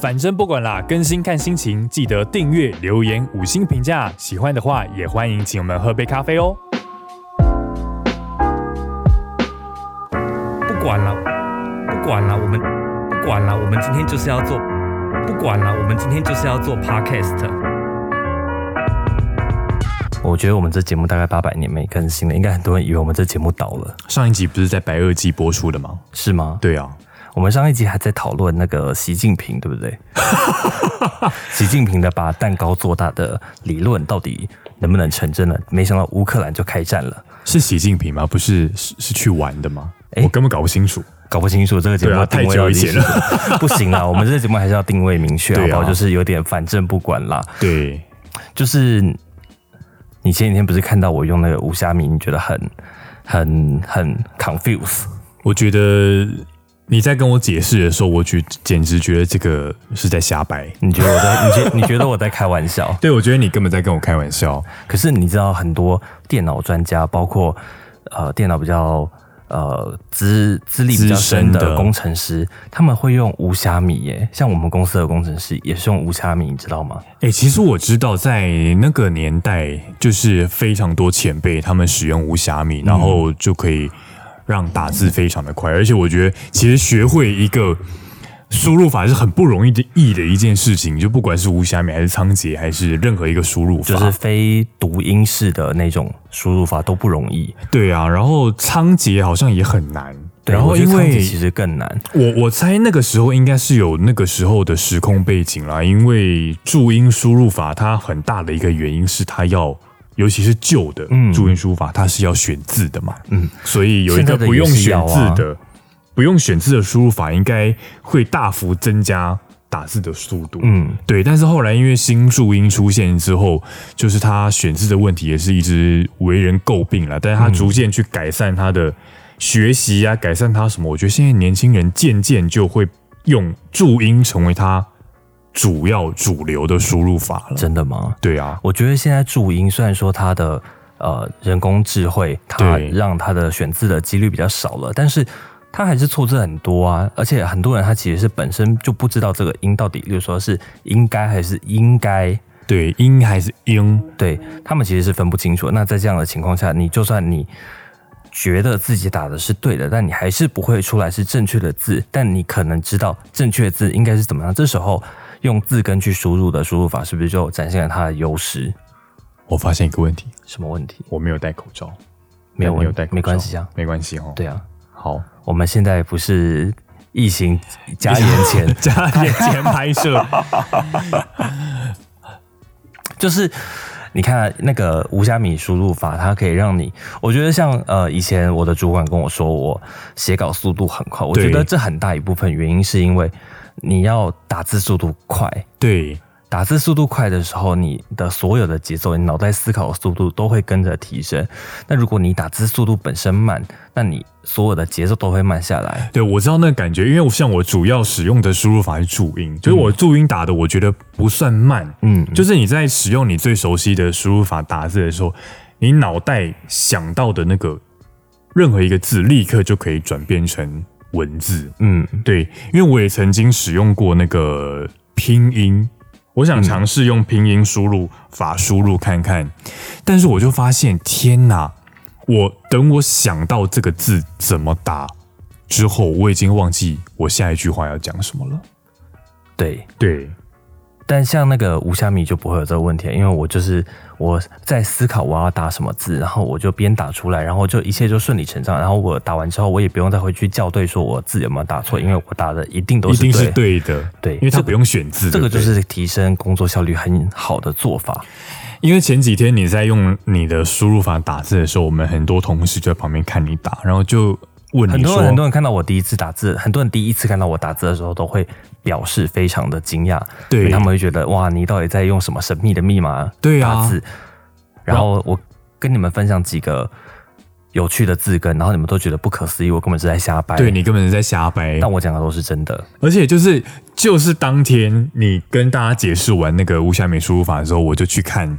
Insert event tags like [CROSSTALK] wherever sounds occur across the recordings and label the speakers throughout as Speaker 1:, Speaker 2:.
Speaker 1: 反正不管啦，更新看心情，记得订阅、留言、五星评价。喜欢的话也欢迎请我们喝杯咖啡哦。
Speaker 2: 不管了，不管了，我们不管了，我们今天就是要做，不管了，我们今天就是要做 podcast。我觉得我们这节目大概八百年没更新了，应该很多人以为我们这节目倒了，
Speaker 1: 上一集不是在白垩纪播出的吗？
Speaker 2: 是吗？
Speaker 1: 对啊，
Speaker 2: 我们上一集还在讨论那个习近平，对不对？ [LAUGHS] 习近平的把蛋糕做大的理论到底能不能成真呢？没想到乌克兰就开战了，
Speaker 1: 是习近平吗？不是，是是去玩的吗？
Speaker 2: 诶
Speaker 1: 我根本搞不清楚。
Speaker 2: 搞不清楚这个节目
Speaker 1: 对啊
Speaker 2: 的定位到底是
Speaker 1: 太久以前
Speaker 2: 什么 [LAUGHS] 不行啊啦，我们这个节目还是要定位明确，好
Speaker 1: 对啊
Speaker 2: 不好？就是有点反正不管啦，
Speaker 1: 对，
Speaker 2: 就是你前几天不是看到我用那个无虾米，你觉得很很很 confuse。
Speaker 1: 我觉得你在跟我解释的时候，我觉简直觉得这个是在瞎掰。
Speaker 2: 你觉得我在， [LAUGHS] 你觉你觉得我在开玩笑？
Speaker 1: 对，我觉得你根本在跟我开玩笑。
Speaker 2: 可是你知道，很多电脑专家，包括呃电脑比较呃资资历比较深
Speaker 1: 资深的
Speaker 2: 的工程师，他们会用无虾米耶。像我们公司的工程师也是用无虾米，你知道吗？
Speaker 1: 哎、其实我知道，在那个年代，就是非常多前辈他们使用无虾米，然
Speaker 2: 嗯
Speaker 1: 后就可以让打字非常的快，而且我觉得其实学会一个输入法是很不容易的易的一件事情，就不管是无虾米还是仓颉，还是任何一个输入法，
Speaker 2: 就是非读音式的那种输入法都不容易。
Speaker 1: 对啊。然后仓颉好像也很难，
Speaker 2: 对
Speaker 1: 然后
Speaker 2: 我觉得
Speaker 1: 因
Speaker 2: 仓颉
Speaker 1: 为嗯
Speaker 2: 其实更难，
Speaker 1: 我我猜那个时候应该是有那个时候的时空背景啦，因为注音输入法它很大的一个原因是它要，尤其是旧的
Speaker 2: 嗯
Speaker 1: 注音输入法，它是要选字的嘛，
Speaker 2: 嗯，
Speaker 1: 所以有一
Speaker 2: 现在
Speaker 1: 个
Speaker 2: 的
Speaker 1: 不用选字
Speaker 2: 也是
Speaker 1: 的、不用选字的输入法，应该会大幅增加打字的速度，
Speaker 2: 嗯。
Speaker 1: 对，但是后来因为新注音出现之后，就是他选字的问题也是一直为人诟病了，但是他
Speaker 2: 嗯
Speaker 1: 逐渐去改善他的学习啊，改善他什么？我觉得现在年轻人渐渐就会用注音成为他主要主流的输入法了。
Speaker 2: 真的吗？
Speaker 1: 对啊，
Speaker 2: 我觉得现在注音虽然说它的呃人工智慧，它
Speaker 1: 对
Speaker 2: 让它的选字的几率比较少了，但是它还是错字很多啊。而且很多人他其实是本身就不知道这个音到底，例如说是应该还是应该，
Speaker 1: 对，音还是音，
Speaker 2: 对他们其实是分不清楚。那在这样的情况下，你就算你觉得自己打的是对的，但你还是不会出来是正确的字，但你可能知道正确的字应该是怎么样。这时候用字根去输入的输入法，是不是就展现了它的优势？
Speaker 1: 我发现一个问题，
Speaker 2: 什么问题？
Speaker 1: 我没有戴口罩，
Speaker 2: 没有
Speaker 1: 我
Speaker 2: 问
Speaker 1: 没有戴口罩，
Speaker 2: 没关系啊，
Speaker 1: 没关系哦。
Speaker 2: 对啊，
Speaker 1: 好，，
Speaker 2: 我们现在不是疫情加严前
Speaker 1: [LAUGHS] 加点前拍
Speaker 2: [LAUGHS]
Speaker 1: 摄，
Speaker 2: 就是你看那个无虾米输入法，它可以让你，我觉得像呃以前我的主管跟我说，我写稿速度很快，我
Speaker 1: 对
Speaker 2: 觉得这很大一部分原因是因为你要打字速度快。
Speaker 1: 对，
Speaker 2: 打字速度快的时候，你的所有的节奏，你脑袋思考的速度都会跟着提升。那如果你打字速度本身慢，那你所有的节奏都会慢下来。
Speaker 1: 对，我知道那个感觉，因为我像我主要使用的输入法是注音，就是我注音打的，我觉得不算慢，
Speaker 2: 嗯，
Speaker 1: 就是你在使用你最熟悉的输入法打字的时候，你脑袋想到的那个任何一个字，立刻就可以转变成文字。
Speaker 2: 嗯，
Speaker 1: 对，因为我也曾经使用过那个拼音，我
Speaker 2: 嗯
Speaker 1: 想尝试用拼音输入法输入看看，但是我就发现，天哪！我等我想到这个字怎么打之后，我已经忘记我下一句话要讲什么了。
Speaker 2: 对。
Speaker 1: 对，
Speaker 2: 但像那个无虾米就不会有这个问题，因为我就是我在思考我要打什么字，然后我就边打出来，然后就一切就顺理成章。然后我打完之后，我也不用再回去校对说我字有没有打错，因为我打的一定都
Speaker 1: 一
Speaker 2: 是
Speaker 1: 定是对
Speaker 2: 对。
Speaker 1: 的，
Speaker 2: 对
Speaker 1: 因为它
Speaker 2: 这个
Speaker 1: 不用选字，
Speaker 2: 这
Speaker 1: 对
Speaker 2: 个
Speaker 1: 不
Speaker 2: 就
Speaker 1: 对
Speaker 2: 是提升工作效率很好的做法。
Speaker 1: 因为前几天你在用你的输入法打字的时候，我们很多同事就在旁边看你打，然后就问
Speaker 2: 很
Speaker 1: 你
Speaker 2: 多
Speaker 1: 说，
Speaker 2: 人很多人看到我第一次打字，很多人第一次看到我打字的时候都会表示非常的惊讶，
Speaker 1: 对
Speaker 2: 因为他们会觉得哇，你到底在用什么神秘的密码
Speaker 1: 对啊
Speaker 2: 打字？然后我跟你们分享几个有趣的字根，然后你们都觉得不可思议，我根本是在瞎掰。
Speaker 1: 对，你根本是在瞎掰。
Speaker 2: 但我讲的都是真的。
Speaker 1: 而且就是就是当天你跟大家解释完那个无虾米输入法的时候，我就去看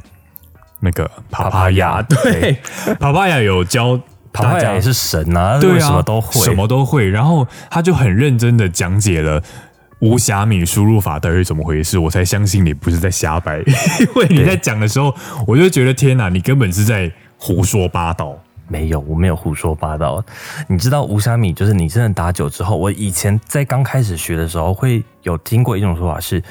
Speaker 1: 那个帕帕
Speaker 2: [LAUGHS]
Speaker 1: 亚，对，帕帕亚有教
Speaker 2: 跑
Speaker 1: 大
Speaker 2: 派
Speaker 1: 家
Speaker 2: 也是神啊，
Speaker 1: 对啊，
Speaker 2: 为什么都会？
Speaker 1: 什么都会。然后他就很认真的讲解了无瑕米输入法到底是怎么回事，我才相信你不是在瞎掰。 [LAUGHS] 因为你在讲的时候，我就觉得天哪，你根本是在胡说八道。
Speaker 2: 没有，我没有胡说八道。你知道无虾米就是你真的打久之后，我以前在刚开始学的时候会有听过一种说法是，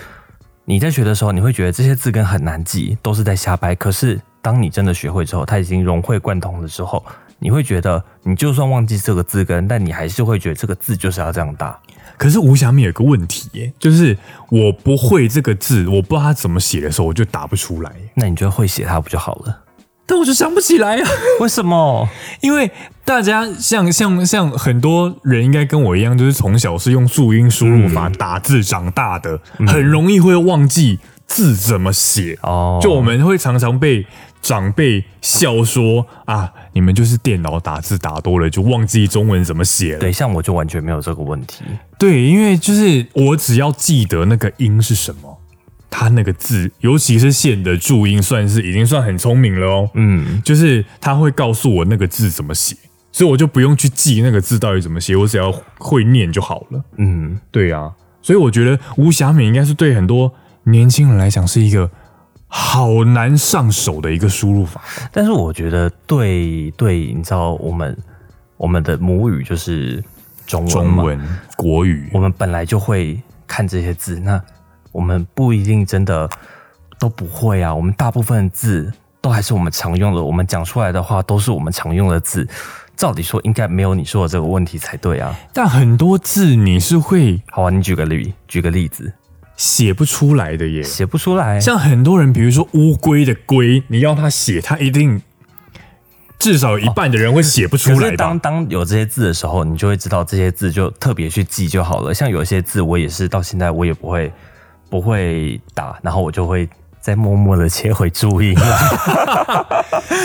Speaker 2: 你在学的时候你会觉得这些字根很难记，都是在瞎掰。可是当你真的学会之后，它已经融会贯通了之后，你会觉得你就算忘记这个字根，但你还是会觉得这个字就是要这样打。
Speaker 1: 可是无瑕米有个问题耶，就是我不会这个字，我不知道它怎么写的时候，我就打不出来耶。
Speaker 2: 那你就会写它不就好了？
Speaker 1: 但我就想不起来啊 [LAUGHS] 呀、
Speaker 2: 为什么？
Speaker 1: 因为大家像像像很多人应该跟我一样，就是从小是用注音输入法打字长大的，很容易会忘记字怎么写。
Speaker 2: 哦
Speaker 1: 就我们会常常被长辈笑说啊，你们就是电脑打字打多了，就忘记中文怎么写了。
Speaker 2: 对，像我就完全没有这个问题。
Speaker 1: 对，因为就是我只要记得那个音是什么，它那个字，尤其是线的注音，算是已经算很聪明了哦。
Speaker 2: 嗯，
Speaker 1: 就是他会告诉我那个字怎么写，所以我就不用去记那个字到底怎么写，我只要会念就好了。
Speaker 2: 嗯，
Speaker 1: 对啊，所以我觉得无瑕美应该是对很多年轻人来讲是一个好难上手的一个输入法。
Speaker 2: 但是我觉得对对，你知道我们我们的母语就是中文
Speaker 1: 中
Speaker 2: 嘛，
Speaker 1: 文、国语
Speaker 2: 我，们本来就会看这些字，那我们不一定真的都不会啊。我们大部分字都还是我们常用的，我们讲出来的话都是我们常用的字。照理说应该没有你说的这个问题才对啊。
Speaker 1: 但很多字你是会
Speaker 2: 好啊，你举个例，举个例子，
Speaker 1: 写不出来的耶。
Speaker 2: 写不出来，
Speaker 1: 像很多人，比如说乌龟的龟，你要他写，他一定至少有一半的人会写不出
Speaker 2: 哦可
Speaker 1: 来
Speaker 2: 是
Speaker 1: 吧
Speaker 2: 当？当有这些字的时候，你就会知道这些字就特别去记就好了。像有些字我也是到现在我也不会不会打，然后我就会再默默的切回
Speaker 1: [LAUGHS]
Speaker 2: 注音了。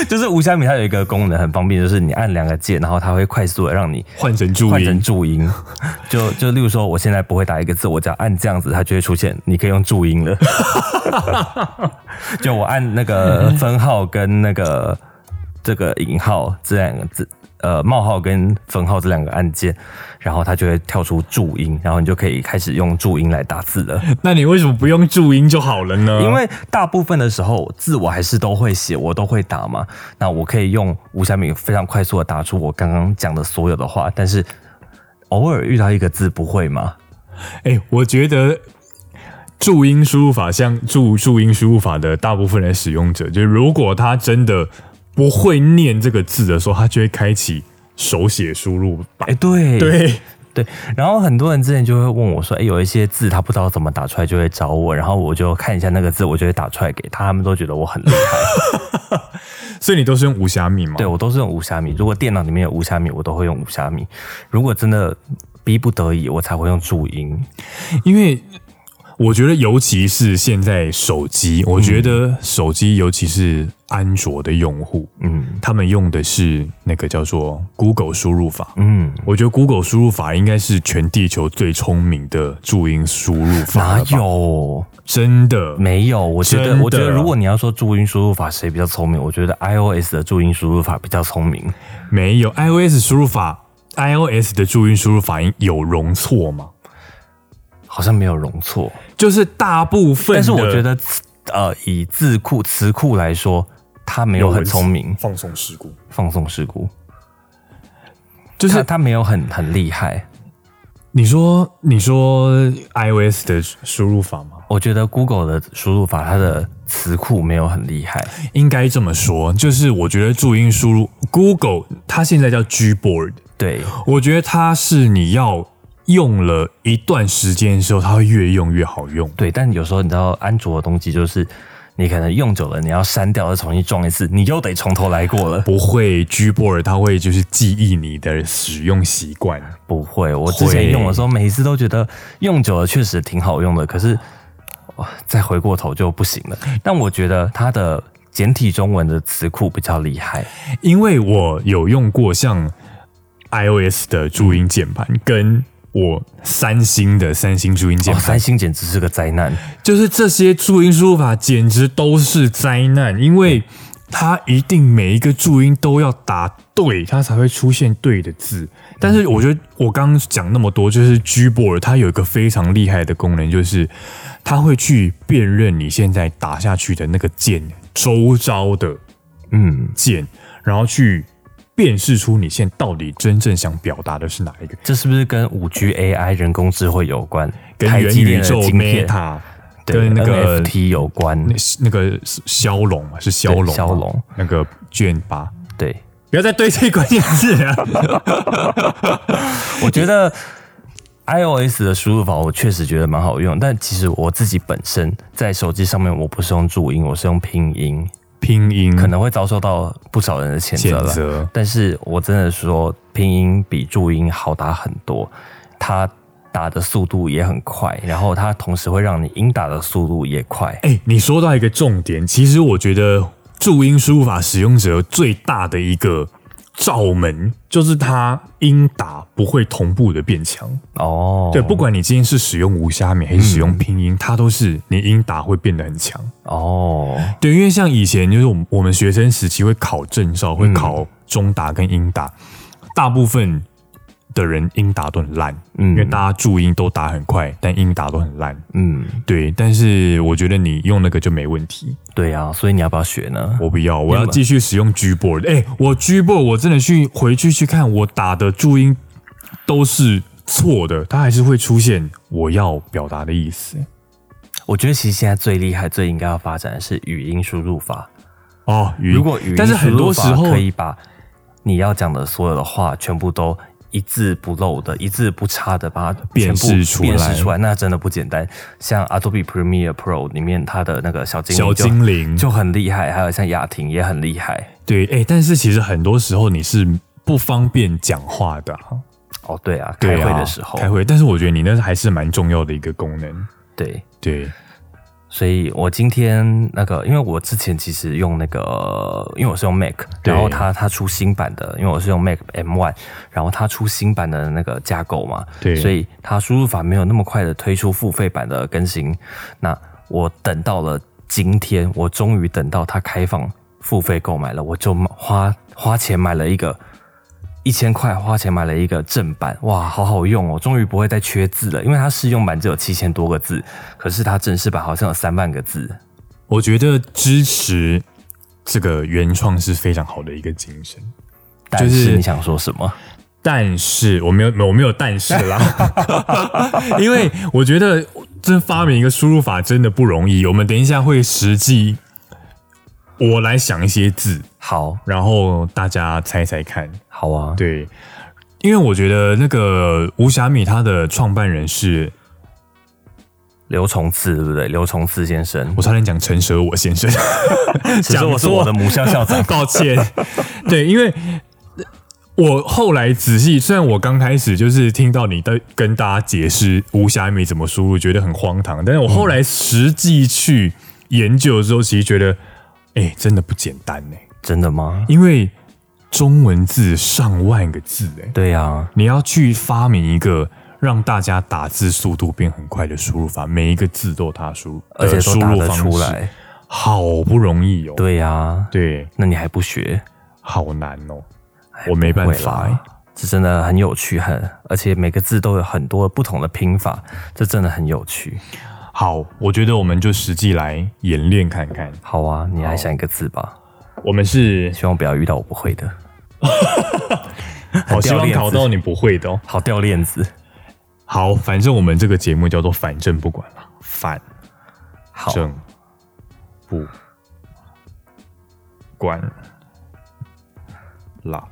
Speaker 2: 就是无虾米它有一个功能很方便，就是你按两个键，然后它会快速的让你。
Speaker 1: 换成注
Speaker 2: 换成
Speaker 1: 音，
Speaker 2: 注音， [LAUGHS] 就就例如说，我现在不会打一个字，我只要按这样子，它就会出现。你可以用注音了， [LAUGHS] 就我按那个分号跟那个这个引号这两个字，呃，冒号跟分号这两个按键，然后它就会跳出注音，然后你就可以开始用注音来打字了。
Speaker 1: [LAUGHS] 那你为什么不用注音就好了呢？
Speaker 2: [LAUGHS] 因为大部分的时候字我还是都会写，我都会打嘛。那我可以用吴小敏非常快速的打出我刚刚讲的所有的话，但是偶尔遇到一个字不会嘛，
Speaker 1: 哎、我觉得注音输入法像注注音输入法的大部分的使用者，就是如果他真的不会念这个字的时候，他就会开启手写输入法。
Speaker 2: 哎、对
Speaker 1: 对，
Speaker 2: 对。然后很多人之前就会问我说，哎、有一些字他不知道怎么打出来，就会找我，然后我就看一下那个字，我就会打出来给他，他们都觉得我很 [LAUGHS] 厉害。
Speaker 1: 所以你都是用无瑕密吗？
Speaker 2: 对，我都是用无虾米，如果电脑里面有无虾米，我都会用无虾米。如果真的逼不得已，我才会用注音。
Speaker 1: 因为我觉得，尤其是现在手机，我觉得手机，尤其是安卓的用户，
Speaker 2: 嗯
Speaker 1: 他们用的是那个叫做 Google 输入法。
Speaker 2: 嗯。
Speaker 1: 我觉得 Google 输入法应该是全地球最聪明的注音输入法
Speaker 2: 哪
Speaker 1: 了吧，
Speaker 2: 有？
Speaker 1: 真的
Speaker 2: 没有，我觉
Speaker 1: 真
Speaker 2: 得，
Speaker 1: 的
Speaker 2: 我觉得如果你要说注音输入法谁比较聪明，我觉得 iOS 的注音输入法比较聪明。
Speaker 1: 没有 iOS 输入法，iOS 的注音输入法有容错吗？
Speaker 2: 好像没有容错，
Speaker 1: 就是大部分的，
Speaker 2: 但是我觉得，呃，以字库词库来说，它没有很聪明，
Speaker 1: 放松事故，
Speaker 2: 放送事故，
Speaker 1: 就
Speaker 2: 就是是它没有很很厉害。
Speaker 1: 你说你说 iOS 的输入法吗？
Speaker 2: 我觉得 Google 的输入法，它的词库没有很厉害。
Speaker 1: 应该这么说，就是我觉得注音输入 Google，它现在叫 Gboard，
Speaker 2: 对，
Speaker 1: 我觉得它是你要用了一段时间之后，它会越用越好用。
Speaker 2: 对，但有时候你知道，安卓的东西就是你可能用久了，你要删掉，再重新装一次，你又得从头来过了。
Speaker 1: 不会 Gboard，它会就是记忆你的使用习惯。
Speaker 2: 不会，我之前用的时候，每一次都觉得用久了确实挺好用的，可是哇，再回过头就不行了。但我觉得它的简体中文的词库比较厉害，
Speaker 1: 因为我有用过像 iOS 的注音键盘，跟我三星的三星注音键
Speaker 2: 哦，
Speaker 1: 盘，
Speaker 2: 三星简直是个灾难。
Speaker 1: 就是这些注音输入法简直都是灾难，因为它一定每一个注音都要打对，它才会出现对的字。但是我觉得我刚刚讲那么多，就是 Gboard 它有一个非常厉害的功能，就是它会去辨认你现在打下去的那个键周遭的
Speaker 2: 嗯，
Speaker 1: 键，然后去辨识出你现在到底真正想表达的是哪一个，
Speaker 2: 这是不是跟五 G AI 人工智慧有关？
Speaker 1: 跟
Speaker 2: 台
Speaker 1: 元
Speaker 2: 积
Speaker 1: 宇
Speaker 2: 电的
Speaker 1: 宙
Speaker 2: 晶片
Speaker 1: Meta
Speaker 2: 对
Speaker 1: 跟那个
Speaker 2: NFT 有关
Speaker 1: 那，那个骁龙嘛，是骁龙吗，
Speaker 2: 对骁龙
Speaker 1: 那个卷八。
Speaker 2: 对。
Speaker 1: 不要再对这关键字了。
Speaker 2: 我觉得 iOS 的输入法我确实觉得蛮好用，但其实我自己本身在手机上面我不是用注音，我是用拼音，
Speaker 1: 拼音
Speaker 2: 可能会遭受到不少人的谴责
Speaker 1: 谴
Speaker 2: 了。
Speaker 1: 责，
Speaker 2: 但是我真的说，拼音比注音好打很多，它打的速度也很快，然后它同时会让你音打的速度也快。
Speaker 1: 哎、你说到一个重点，其实我觉得注音输入法使用者最大的一个罩门，就是它音打不会同步的变强。
Speaker 2: 哦，嗯
Speaker 1: 对，不管你今天是使用无虾米还是使用拼音，它都是你音打会变得很强。
Speaker 2: 哦，
Speaker 1: 对，因为像以前就是我们我们学生时期会考证照，
Speaker 2: 嗯
Speaker 1: 会考中打跟英打，大部分的人英打都很烂，
Speaker 2: 嗯
Speaker 1: 因为大家注音都打很快，但英打都很烂。
Speaker 2: 嗯，
Speaker 1: 对，但是我觉得你用那个就没问题。
Speaker 2: 对啊，所以你要不要学呢？
Speaker 1: 我不要，我要
Speaker 2: 你有
Speaker 1: 继续使用 Gboard。哎、我 Gboard 我真的去回去去看，我打的注音都是错的，它还是会出现我要表达的意思。
Speaker 2: 我觉得其实现在最厉害、最应该要发展的是语音输入法。
Speaker 1: 哦，语音
Speaker 2: 如果语音
Speaker 1: 但是很多时
Speaker 2: 输入法
Speaker 1: 候
Speaker 2: 可以把你要讲的所有的话全部都一字不漏的、一字不差的把它
Speaker 1: 辨识
Speaker 2: 全部
Speaker 1: 出来
Speaker 2: 辨识出来，那真的不简单。像 Adobe Premiere Pro 里面它的那个小精灵
Speaker 1: 小
Speaker 2: 就
Speaker 1: 精灵
Speaker 2: 就很厉害，还有像雅婷也很厉害。
Speaker 1: 对，哎、但是其实很多时候你是不方便讲话的啊、
Speaker 2: 哦，对啊，
Speaker 1: 对
Speaker 2: 开
Speaker 1: 啊
Speaker 2: 会的时候，
Speaker 1: 开会，但是我觉得你那还是蛮重要的一个功能。
Speaker 2: 对。
Speaker 1: 对，
Speaker 2: 所以我今天那个，因为我之前其实用那个，因为我是用 Mac，
Speaker 1: 对
Speaker 2: 然后它它出新版的，因为我是用 Mac M One，然后它出新版的那个架构嘛，
Speaker 1: 对
Speaker 2: 所以它输入法没有那么快的推出付费版的更新。那我等到了今天，我终于等到它开放付费购买了，我就花花钱买了一个。一千块花钱买了一个正版，哇，好好用哦！终于不会再缺字了，因为它试用版只有七千多个字，可是它正式版好像有三万个字。
Speaker 1: 我觉得支持这个原创是非常好的一个精神。
Speaker 2: 但
Speaker 1: 就是是
Speaker 2: 你想说什么？
Speaker 1: 但是我没有，我没有但是啦，
Speaker 2: [LAUGHS]
Speaker 1: 因为我觉得真发明一个输入法真的不容易。我们等一下会实际，我来想一些字，
Speaker 2: 好，
Speaker 1: 然后大家猜猜看。
Speaker 2: 好啊，
Speaker 1: 对，因为我觉得那个吴霞米他的创办人是，
Speaker 2: 刘崇次对不对？刘崇次先生，
Speaker 1: 我差点讲陈舍我先生， [LAUGHS]
Speaker 2: 其实
Speaker 1: 讲
Speaker 2: 我是
Speaker 1: 错。
Speaker 2: 我的母校校
Speaker 1: [LAUGHS]
Speaker 2: 长
Speaker 1: 抱歉，对，因为我后来仔细，虽然我刚开始就是听到你的跟大家解释无虾米怎么输入，觉得很荒唐，但是我后来实际去研究的时候，其实觉得，哎、真的不简单呢、
Speaker 2: 真的吗？
Speaker 1: 因为中文字上万个字、哎，
Speaker 2: 对啊，
Speaker 1: 你要去发明一个。让大家打字速度变很快的输入法，每一个字都有它的输入，
Speaker 2: 而且
Speaker 1: 呃
Speaker 2: 都
Speaker 1: 输
Speaker 2: 打
Speaker 1: 入
Speaker 2: 得
Speaker 1: 方
Speaker 2: 出
Speaker 1: 式，
Speaker 2: 来。
Speaker 1: 好不容易哦。
Speaker 2: 对啊，
Speaker 1: 对，
Speaker 2: 那你还不学？哎
Speaker 1: 好难哦，我没办
Speaker 2: 会
Speaker 1: 法、
Speaker 2: 啦，这真的很有趣，很而且每个字都有很多不同的拼法，这真的很有趣。
Speaker 1: 好，我觉得我们就实际来演练看看。
Speaker 2: 好啊，你来想一个字吧，
Speaker 1: 我们是
Speaker 2: 希望不要遇到我不会的。
Speaker 1: 好希
Speaker 2: 掉
Speaker 1: 望
Speaker 2: 链子
Speaker 1: 考到你不会的哦。
Speaker 2: 好掉链子，
Speaker 1: 好，反正我们这个节目叫做“反正不管”了，反
Speaker 2: 好，
Speaker 1: 正不管啦。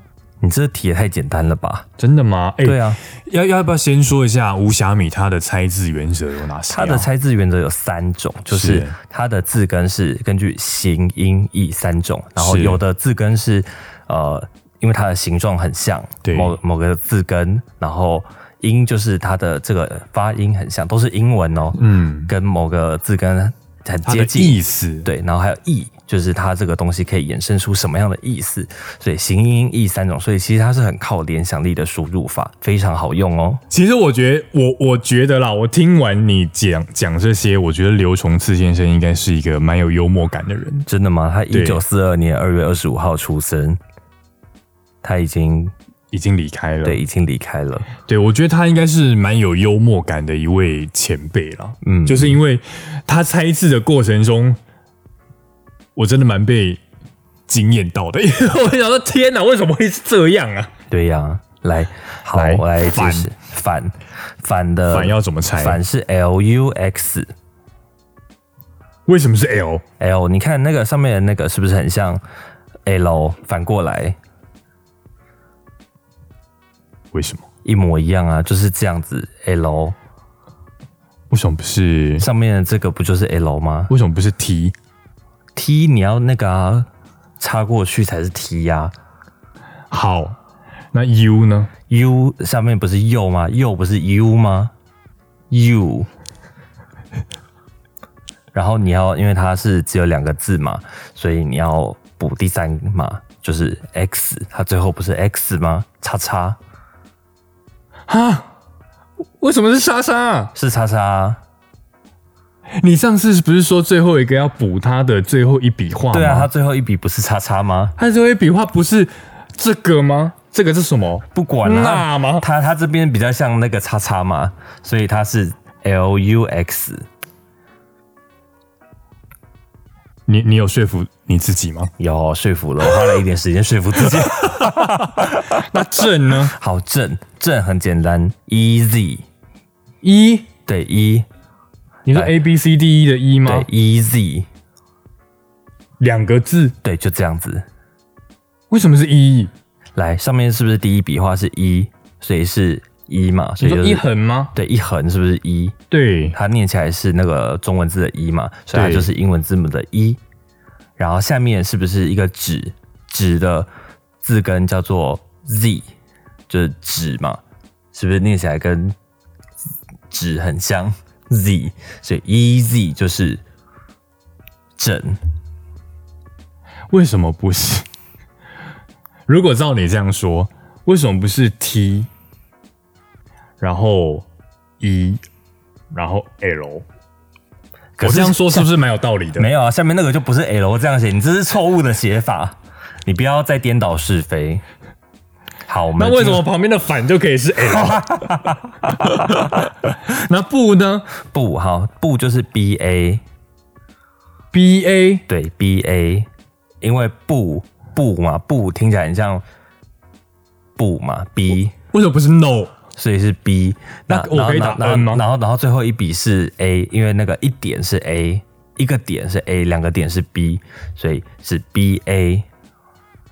Speaker 2: 你这题也太简单了吧？
Speaker 1: 真的吗？哎、
Speaker 2: 对啊，
Speaker 1: 要要不要先说一下无瑕米它的猜字原则有哪些、啊？
Speaker 2: 它的猜字原则有三种，就是
Speaker 1: 是
Speaker 2: 它的字根是根据形、音、义三种，然后
Speaker 1: 是
Speaker 2: 有的字根是呃，因为它的形状很像
Speaker 1: 对
Speaker 2: 某某个字根，然后音就是它的这个发音很像，都是英文哦，
Speaker 1: 嗯，
Speaker 2: 跟某个字根很
Speaker 1: 它的
Speaker 2: 接近，
Speaker 1: 意思
Speaker 2: 对，然后还有义，就是它这个东西可以衍生出什么样的意思。所以形音义三种，所以其实它是很靠联想力的输入法，非常好用哦。
Speaker 1: 其实我觉得，我我觉得啦，我听完你讲讲这些，我觉得刘崇次先生应该是一个蛮有幽默感的人。
Speaker 2: 真的吗？他一
Speaker 1: 对
Speaker 2: 九四二年二月二十五号出生，他已经
Speaker 1: 已经离开了，
Speaker 2: 对已经离开了。
Speaker 1: 对，我觉得他应该是蛮有幽默感的一位前辈啦。
Speaker 2: 嗯
Speaker 1: 嗯，就是因为他猜字的过程中，我真的蛮被惊艳到的。因为 [LAUGHS] 我想说，天哪，为什么会是这样啊？
Speaker 2: 对呀、来，好，
Speaker 1: 来
Speaker 2: 我来解
Speaker 1: 反
Speaker 2: 释反反的
Speaker 1: 反要怎么猜？
Speaker 2: 反是 L U X。
Speaker 1: 为什么是 L？
Speaker 2: L，你看那个上面的那个是不是很像 L 反过来
Speaker 1: 为什么？
Speaker 2: 一模一样啊？就是这样子 L
Speaker 1: 为什么不是？
Speaker 2: 上面的这个不就是 L 吗
Speaker 1: 为什么不是 T？
Speaker 2: ？T 你要那个啊，插过去才是 T 呀、
Speaker 1: 好，那 U 呢？
Speaker 2: U 上面不是右吗？右不是 U 吗？U，然后你要，因为它是只有两个字嘛，所以你要补第三嘛，就是 X，它最后不是 X 吗？叉叉
Speaker 1: 哈？为什么是莎莎、
Speaker 2: 是叉叉啊。
Speaker 1: 你上次不是说最后一个要补他的最后一笔画吗？
Speaker 2: 对啊，他最后一笔不是叉叉吗？
Speaker 1: 他最后一笔画不是这个吗？这个是什么？
Speaker 2: 不管啊，
Speaker 1: 那吗？
Speaker 2: 他他这边比较像那个叉叉嘛，所以他是 L U X。
Speaker 1: 你你有说服你自己吗？
Speaker 2: 有说服了，我花了一点时间说服
Speaker 1: [LAUGHS]
Speaker 2: 自己。
Speaker 1: 那正呢？
Speaker 2: 好正正很简单，easy
Speaker 1: 一，
Speaker 2: 对 e
Speaker 1: 你说
Speaker 2: 哎
Speaker 1: A B C D E 的一
Speaker 2: 对
Speaker 1: 吗？
Speaker 2: easy
Speaker 1: 两个字，
Speaker 2: 对就这样子。
Speaker 1: 为什么是一？
Speaker 2: 来，上面是不是第一笔画是一，所以是一嘛，
Speaker 1: 你
Speaker 2: 所以就
Speaker 1: 说
Speaker 2: 是
Speaker 1: 一横吗？
Speaker 2: 对一横是不是一？
Speaker 1: 对，
Speaker 2: 它念起来是那个中文字的“一”嘛，所以它
Speaker 1: 对
Speaker 2: 就是英文字母的“一”。然后下面是不是一个“指”？指的字根叫做 “z”，就是“指”嘛，是不是念起来跟“指”很像 “z”？所以 “easy” 就是整。
Speaker 1: 为什么不是？如果照你这样说，为什么不是 T，然后一，然后 L？
Speaker 2: 可
Speaker 1: 我
Speaker 2: 是
Speaker 1: 这样说是不是蛮有道理的？
Speaker 2: 没有啊，下面那个就不是 L 这样写，你这是错误的写法，你不要再颠倒是非。好，我们
Speaker 1: 那为什
Speaker 2: 进
Speaker 1: 么旁边的反就可以是
Speaker 2: [LAUGHS]
Speaker 1: L？那不呢
Speaker 2: 不好不就是 B A？
Speaker 1: ？B A
Speaker 2: 对 B A，因为布布嘛，布听起来很像布嘛 B，
Speaker 1: 为什么不是 No？
Speaker 2: 所以是 B
Speaker 1: 那
Speaker 2: 然。
Speaker 1: 我可以打
Speaker 2: 然后
Speaker 1: N 吗
Speaker 2: 然后然后最后一笔是 A，因为那个一点是 A，一个点是 A，两个点是 B，所以是 B A，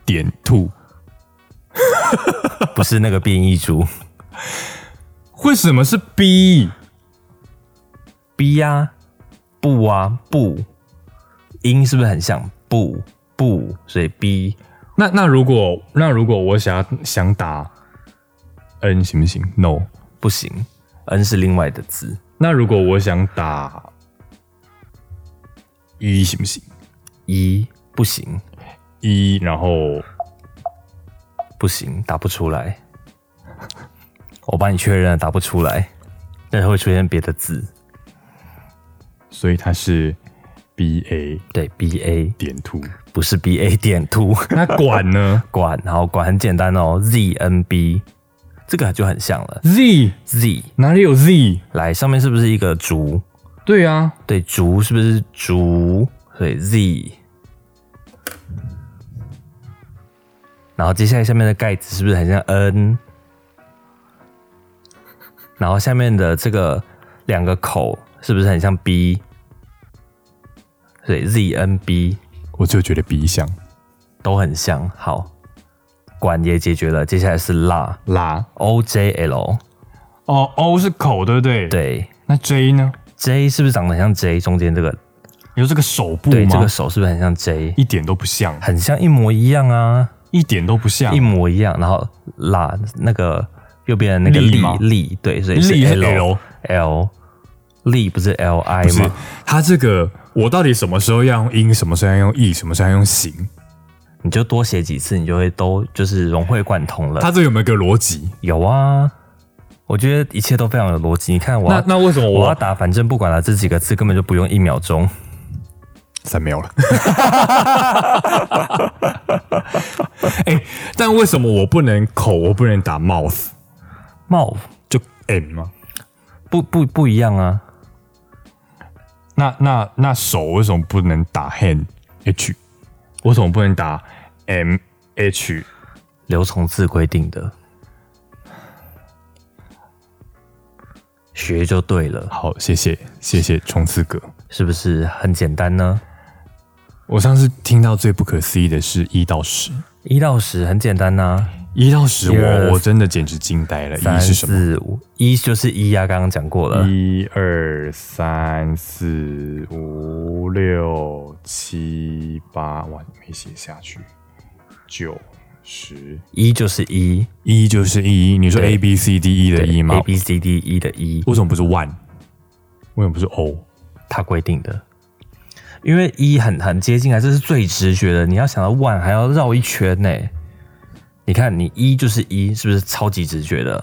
Speaker 1: 点兔？
Speaker 2: 不是那个变异株
Speaker 1: 为什么是 B？
Speaker 2: B 呀、啊，布啊布，音是不是很像布布？所以 B
Speaker 1: 那那如果那如果我想要想打 N 行不行？No。
Speaker 2: 不行，N 是另外的字。
Speaker 1: 那如果我想打一行不行？
Speaker 2: 一，E 不行，
Speaker 1: 一然后
Speaker 2: 不行，打不出来。我帮你确认了，打不出来，但是会出现别的字。
Speaker 1: 所以它是 B A
Speaker 2: 对，B A
Speaker 1: 点兔。
Speaker 2: 不是 B A 点图
Speaker 1: 那管呢
Speaker 2: [LAUGHS] 管，然后管很简单哦，Z N B 这个就很像
Speaker 1: [LAUGHS]
Speaker 2: 了。
Speaker 1: ？Z
Speaker 2: Z
Speaker 1: 哪里有 Z？
Speaker 2: 来上面是不是一个竹？
Speaker 1: 对啊，
Speaker 2: 对，竹是不是竹？所以 Z。然后接下来下面的盖子是不是很像 N？然后下面的这个两个口是不是很像 B？所以 Z N B
Speaker 1: 我就觉得 B 像
Speaker 2: 都很像。好，管也解决了。接下来是辣
Speaker 1: 拉
Speaker 2: O J L，
Speaker 1: 哦，O 是口，对不对？。
Speaker 2: 对
Speaker 1: 那 J 呢？
Speaker 2: J 是不是长得很像 J？中间这个
Speaker 1: 有这个手部
Speaker 2: 对
Speaker 1: 吗？
Speaker 2: 这个手是不是很像 J？
Speaker 1: 一点都不像，
Speaker 2: 很像，一模一样啊。
Speaker 1: 一点都不像
Speaker 2: 一。模一样，然后拉那个右边的那个
Speaker 1: 力
Speaker 2: 力
Speaker 1: 吗 E
Speaker 2: 力，对，所以
Speaker 1: 力是
Speaker 2: L L，力不是 L I
Speaker 1: 不是
Speaker 2: 吗？
Speaker 1: 它这个，我到底什么时候要用音，什么时候要用 E，义，什么时候要用形？
Speaker 2: 你就多写几次，你就会都就是融会贯通了。
Speaker 1: 它这有没有一个逻辑？
Speaker 2: 有啊，我觉得一切都非常有逻辑。你看我要
Speaker 1: 那那为什么
Speaker 2: 我要
Speaker 1: 我
Speaker 2: 打，反正不管了，这几个字根本就不用一秒钟。
Speaker 1: 三秒了？ [LAUGHS] 哎、但为什么我不能口，我不能打 mouth
Speaker 2: 冒
Speaker 1: 就 m 吗？
Speaker 2: 不不不一样啊，
Speaker 1: 那那那手为什么不能打 hand h？为什么不能打 m h？
Speaker 2: 刘从字规定的，学就对了，
Speaker 1: 好，谢谢谢谢冲刺哥。
Speaker 2: 是不是很简单呢？
Speaker 1: 我上次听到最不可思议的是一到十，
Speaker 2: 一到十很简单呐、
Speaker 1: 一到十
Speaker 2: 一二
Speaker 1: 我我真的简直惊呆了。
Speaker 2: 三
Speaker 1: 一是什么？
Speaker 2: 四五，一就是一呀、刚刚讲过了。
Speaker 1: 一二三四五六七八，哇，没写下去。九十
Speaker 2: 一就是一
Speaker 1: 一就是一，你说
Speaker 2: 对
Speaker 1: A B C D E 的一吗
Speaker 2: ，A？B C D E 的一，
Speaker 1: 为什么不是 one？为什么不是 O？
Speaker 2: 它规定的，因为一很很接近啊，这是最直觉的。你要想到万，还要绕一圈呢、你看，你一就是一，是不是超级直觉的？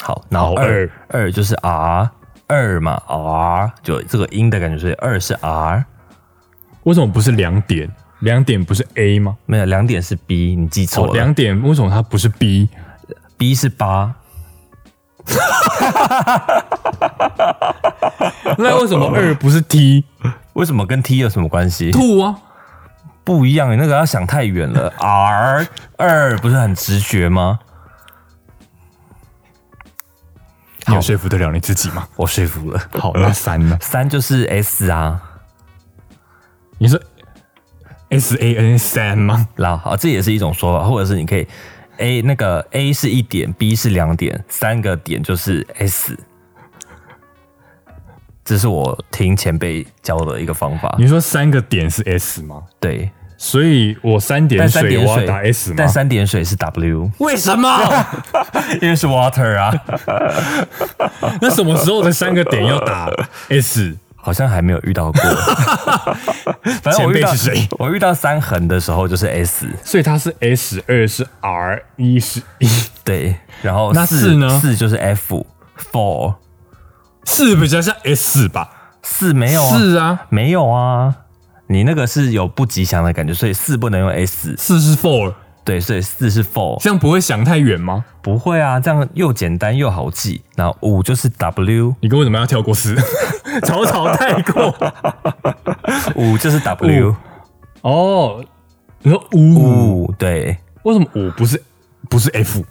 Speaker 2: 好，然后
Speaker 1: 好
Speaker 2: 二二就是 R 二嘛，R 就这个音的感觉，所以二是 R，
Speaker 1: 为什么不是两点？两点不是 A 吗？
Speaker 2: 没有两点是 B，你记错
Speaker 1: 哦，
Speaker 2: 了。
Speaker 1: 两点为什么它不是 [LAUGHS] B？
Speaker 2: B 是八，
Speaker 1: 那为什么二不是 T？
Speaker 2: 为什么跟 T 有什么关系？
Speaker 1: 吐啊！
Speaker 2: 不一样，你那个要想太远了。R 二不是很直觉吗？
Speaker 1: 你有说服得了你自己吗？
Speaker 2: 我说服了。
Speaker 1: 好，那三呢？
Speaker 2: 三就是 S 啊，
Speaker 1: 你说 S A N 三吗？
Speaker 2: 然后这也是一种说法，或者是你可以 A 那个 A 是一点，B 是两点，三个点就是 S。这是我听前辈教的一个方法，
Speaker 1: 你说三个点是 S 吗？
Speaker 2: 对。
Speaker 1: 所以我三点
Speaker 2: 但三
Speaker 1: 水
Speaker 2: 点
Speaker 1: 我
Speaker 2: 水
Speaker 1: 要打 S 吗？
Speaker 2: 但三点水是 W，
Speaker 1: 为什么？
Speaker 2: 因为是 water 啊。
Speaker 1: [LAUGHS] 那什么时候的三个点要打 S？
Speaker 2: 好像还没有遇到过。
Speaker 1: [LAUGHS]
Speaker 2: 反正我遇到
Speaker 1: 前辈是谁
Speaker 2: 我遇到三横的时候就是 S，
Speaker 1: 所以它是 S 二是 R 一是一
Speaker 2: 对，然后
Speaker 1: 那
Speaker 2: 四
Speaker 1: 四呢
Speaker 2: 四就是 F，four
Speaker 1: 四比较像 S 吧？
Speaker 2: 四没有啊，
Speaker 1: 四啊，
Speaker 2: 没有啊，你那个是有不吉祥的感觉，所以四不能用 S，
Speaker 1: 四是 four，
Speaker 2: 对，所以四是 four，
Speaker 1: 这样不会想太远吗？
Speaker 2: 不会啊，这样又简单又好记。然后五就是 W，
Speaker 1: 你跟我怎么要跳过 [LAUGHS] 四？草草带过。
Speaker 2: 五就是 W，
Speaker 1: 哦，你说五，
Speaker 2: 五对，
Speaker 1: 为什么五不是不是 F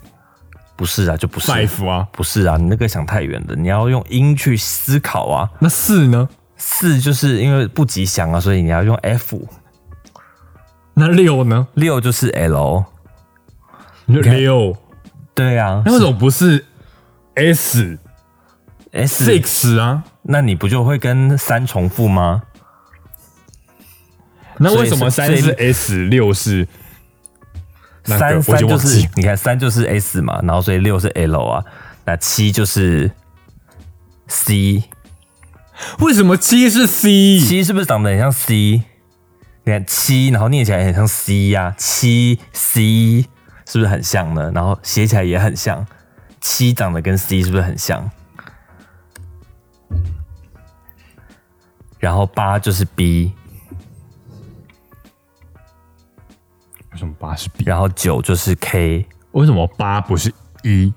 Speaker 2: 不是啊，就不是。
Speaker 1: five 啊？
Speaker 2: 不是啊，你那个想太远了，你要用音去思考啊。
Speaker 1: 那四呢？
Speaker 2: 四就是因为不吉祥啊，所以你要用 F。
Speaker 1: 那六呢？
Speaker 2: 六就是 L，
Speaker 1: 你说六，
Speaker 2: 对啊
Speaker 1: 那为什么不是 S
Speaker 2: ，S，
Speaker 1: six 啊？
Speaker 2: 那你不就会跟三重复吗？
Speaker 1: 那为什么
Speaker 2: 所
Speaker 1: 三
Speaker 2: 以是
Speaker 1: 是 S，六是那个
Speaker 2: 三
Speaker 1: 我已
Speaker 2: 三
Speaker 1: 经
Speaker 2: 就
Speaker 1: 忘记
Speaker 2: 是
Speaker 1: 了
Speaker 2: 你看三就是 S 嘛，然后所以六是 L 啊，那七就是 C，
Speaker 1: 为什么七是 C？
Speaker 2: 七是不是长得很像 C？你看七，然后念起来也很像 C 呀、七 C 是不是很像呢？然后写起来也很像，七长得跟 C 是不是很像？然后八就是 B，
Speaker 1: 为什么八是 B？啊
Speaker 2: 然后九就是 K，
Speaker 1: 为什么八不是一？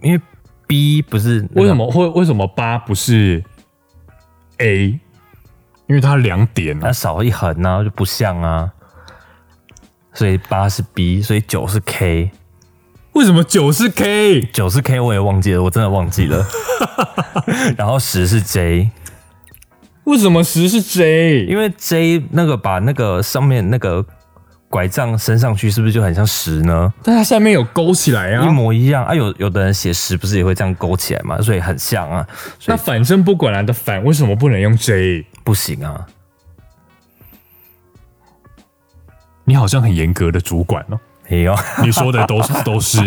Speaker 2: 因为 B 不是、那个
Speaker 1: 为什？么会啊为什么八不是 A？因为它两点啊
Speaker 2: 它。少一横啊，就不像啊。所以八是 B，所以九是 K，
Speaker 1: 为什么九是 K？
Speaker 2: 九是 K 我也忘记了，我真的忘记了。然后十是 J，
Speaker 1: 为什么十是 J？
Speaker 2: 因为 J 那个把那个上面那个拐杖伸上去，是不是就很像十呢？
Speaker 1: 但它下面有勾起来
Speaker 2: 一
Speaker 1: 啊。
Speaker 2: 模一样啊！有有的人写十不是也会这样勾起来嘛，所以很像啊。所
Speaker 1: 那
Speaker 2: 以
Speaker 1: 反正不管啦的反为什么不能用 J？
Speaker 2: 不行啊，
Speaker 1: 你好像很严格的主管 [LAUGHS] 哦，
Speaker 2: 哎呦， [LAUGHS]
Speaker 1: [LAUGHS] 你说的都是都是。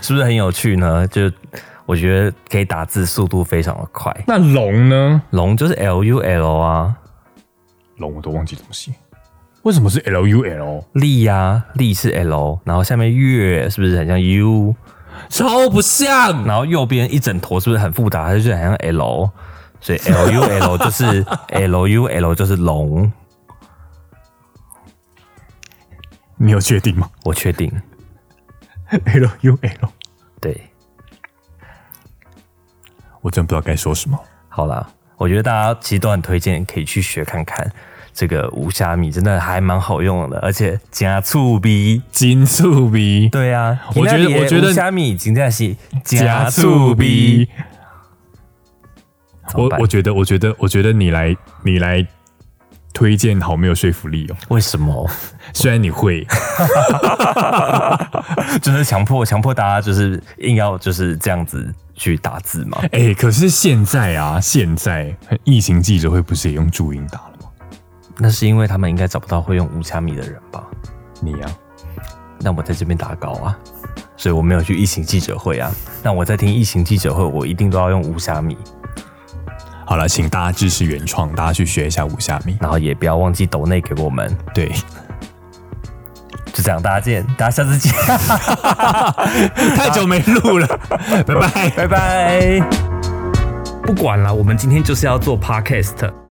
Speaker 2: 是不是很有趣呢？就我觉得可以打字速度非常的快。
Speaker 1: 那龙呢？
Speaker 2: 龙就是 L U L 啊，
Speaker 1: 龙我都忘记怎么写，为什么是 L U L？
Speaker 2: 力呀、力是 L，然后下面月是不是很像 U？
Speaker 3: 超不像。
Speaker 2: 然后右边一整坨是不是很复杂？它就是很像 L，所以 L U L 就是 [LAUGHS] L U L 就是龙，
Speaker 1: 你有确定吗
Speaker 2: 我确定。
Speaker 1: ？L U L，
Speaker 2: 对，
Speaker 1: 我真不知道该说什么。
Speaker 2: 好啦，我觉得大家其实都很推荐可以去学看看这个无虾米，真的还蛮好用的，而且加醋逼。
Speaker 1: 金醋鼻，
Speaker 2: 对啊，
Speaker 1: 我觉得我觉得
Speaker 2: 虾米已经在是
Speaker 1: 加
Speaker 2: 加醋逼。。怎么
Speaker 1: 我
Speaker 2: 办
Speaker 1: 我觉得，我觉得，我觉得你来，你来推荐好没有说服力哦。
Speaker 2: 为什么？
Speaker 1: 虽然你会，
Speaker 2: 就是强迫强迫大家就是硬要就是这样子去打字嘛？
Speaker 1: 哎、可是现在啊，现在疫情记者会不是也用注音打了吗？
Speaker 2: 那是因为他们应该找不到会用无虾米的人吧？
Speaker 1: 你啊，
Speaker 2: 那我在这边打稿啊，所以我没有去疫情记者会啊。那我在听疫情记者会，我一定都要用无虾米，
Speaker 1: 好了，请大家支持原创，大家去学一下五虾米。
Speaker 2: 然后也不要忘记抖内给我们。
Speaker 1: [LAUGHS] 对，
Speaker 2: 就这样，大家见，大家下次见， [LAUGHS]
Speaker 1: 太久没录了， [LAUGHS] 拜拜。
Speaker 2: 拜拜。不管了，我们今天就是要做 podcast。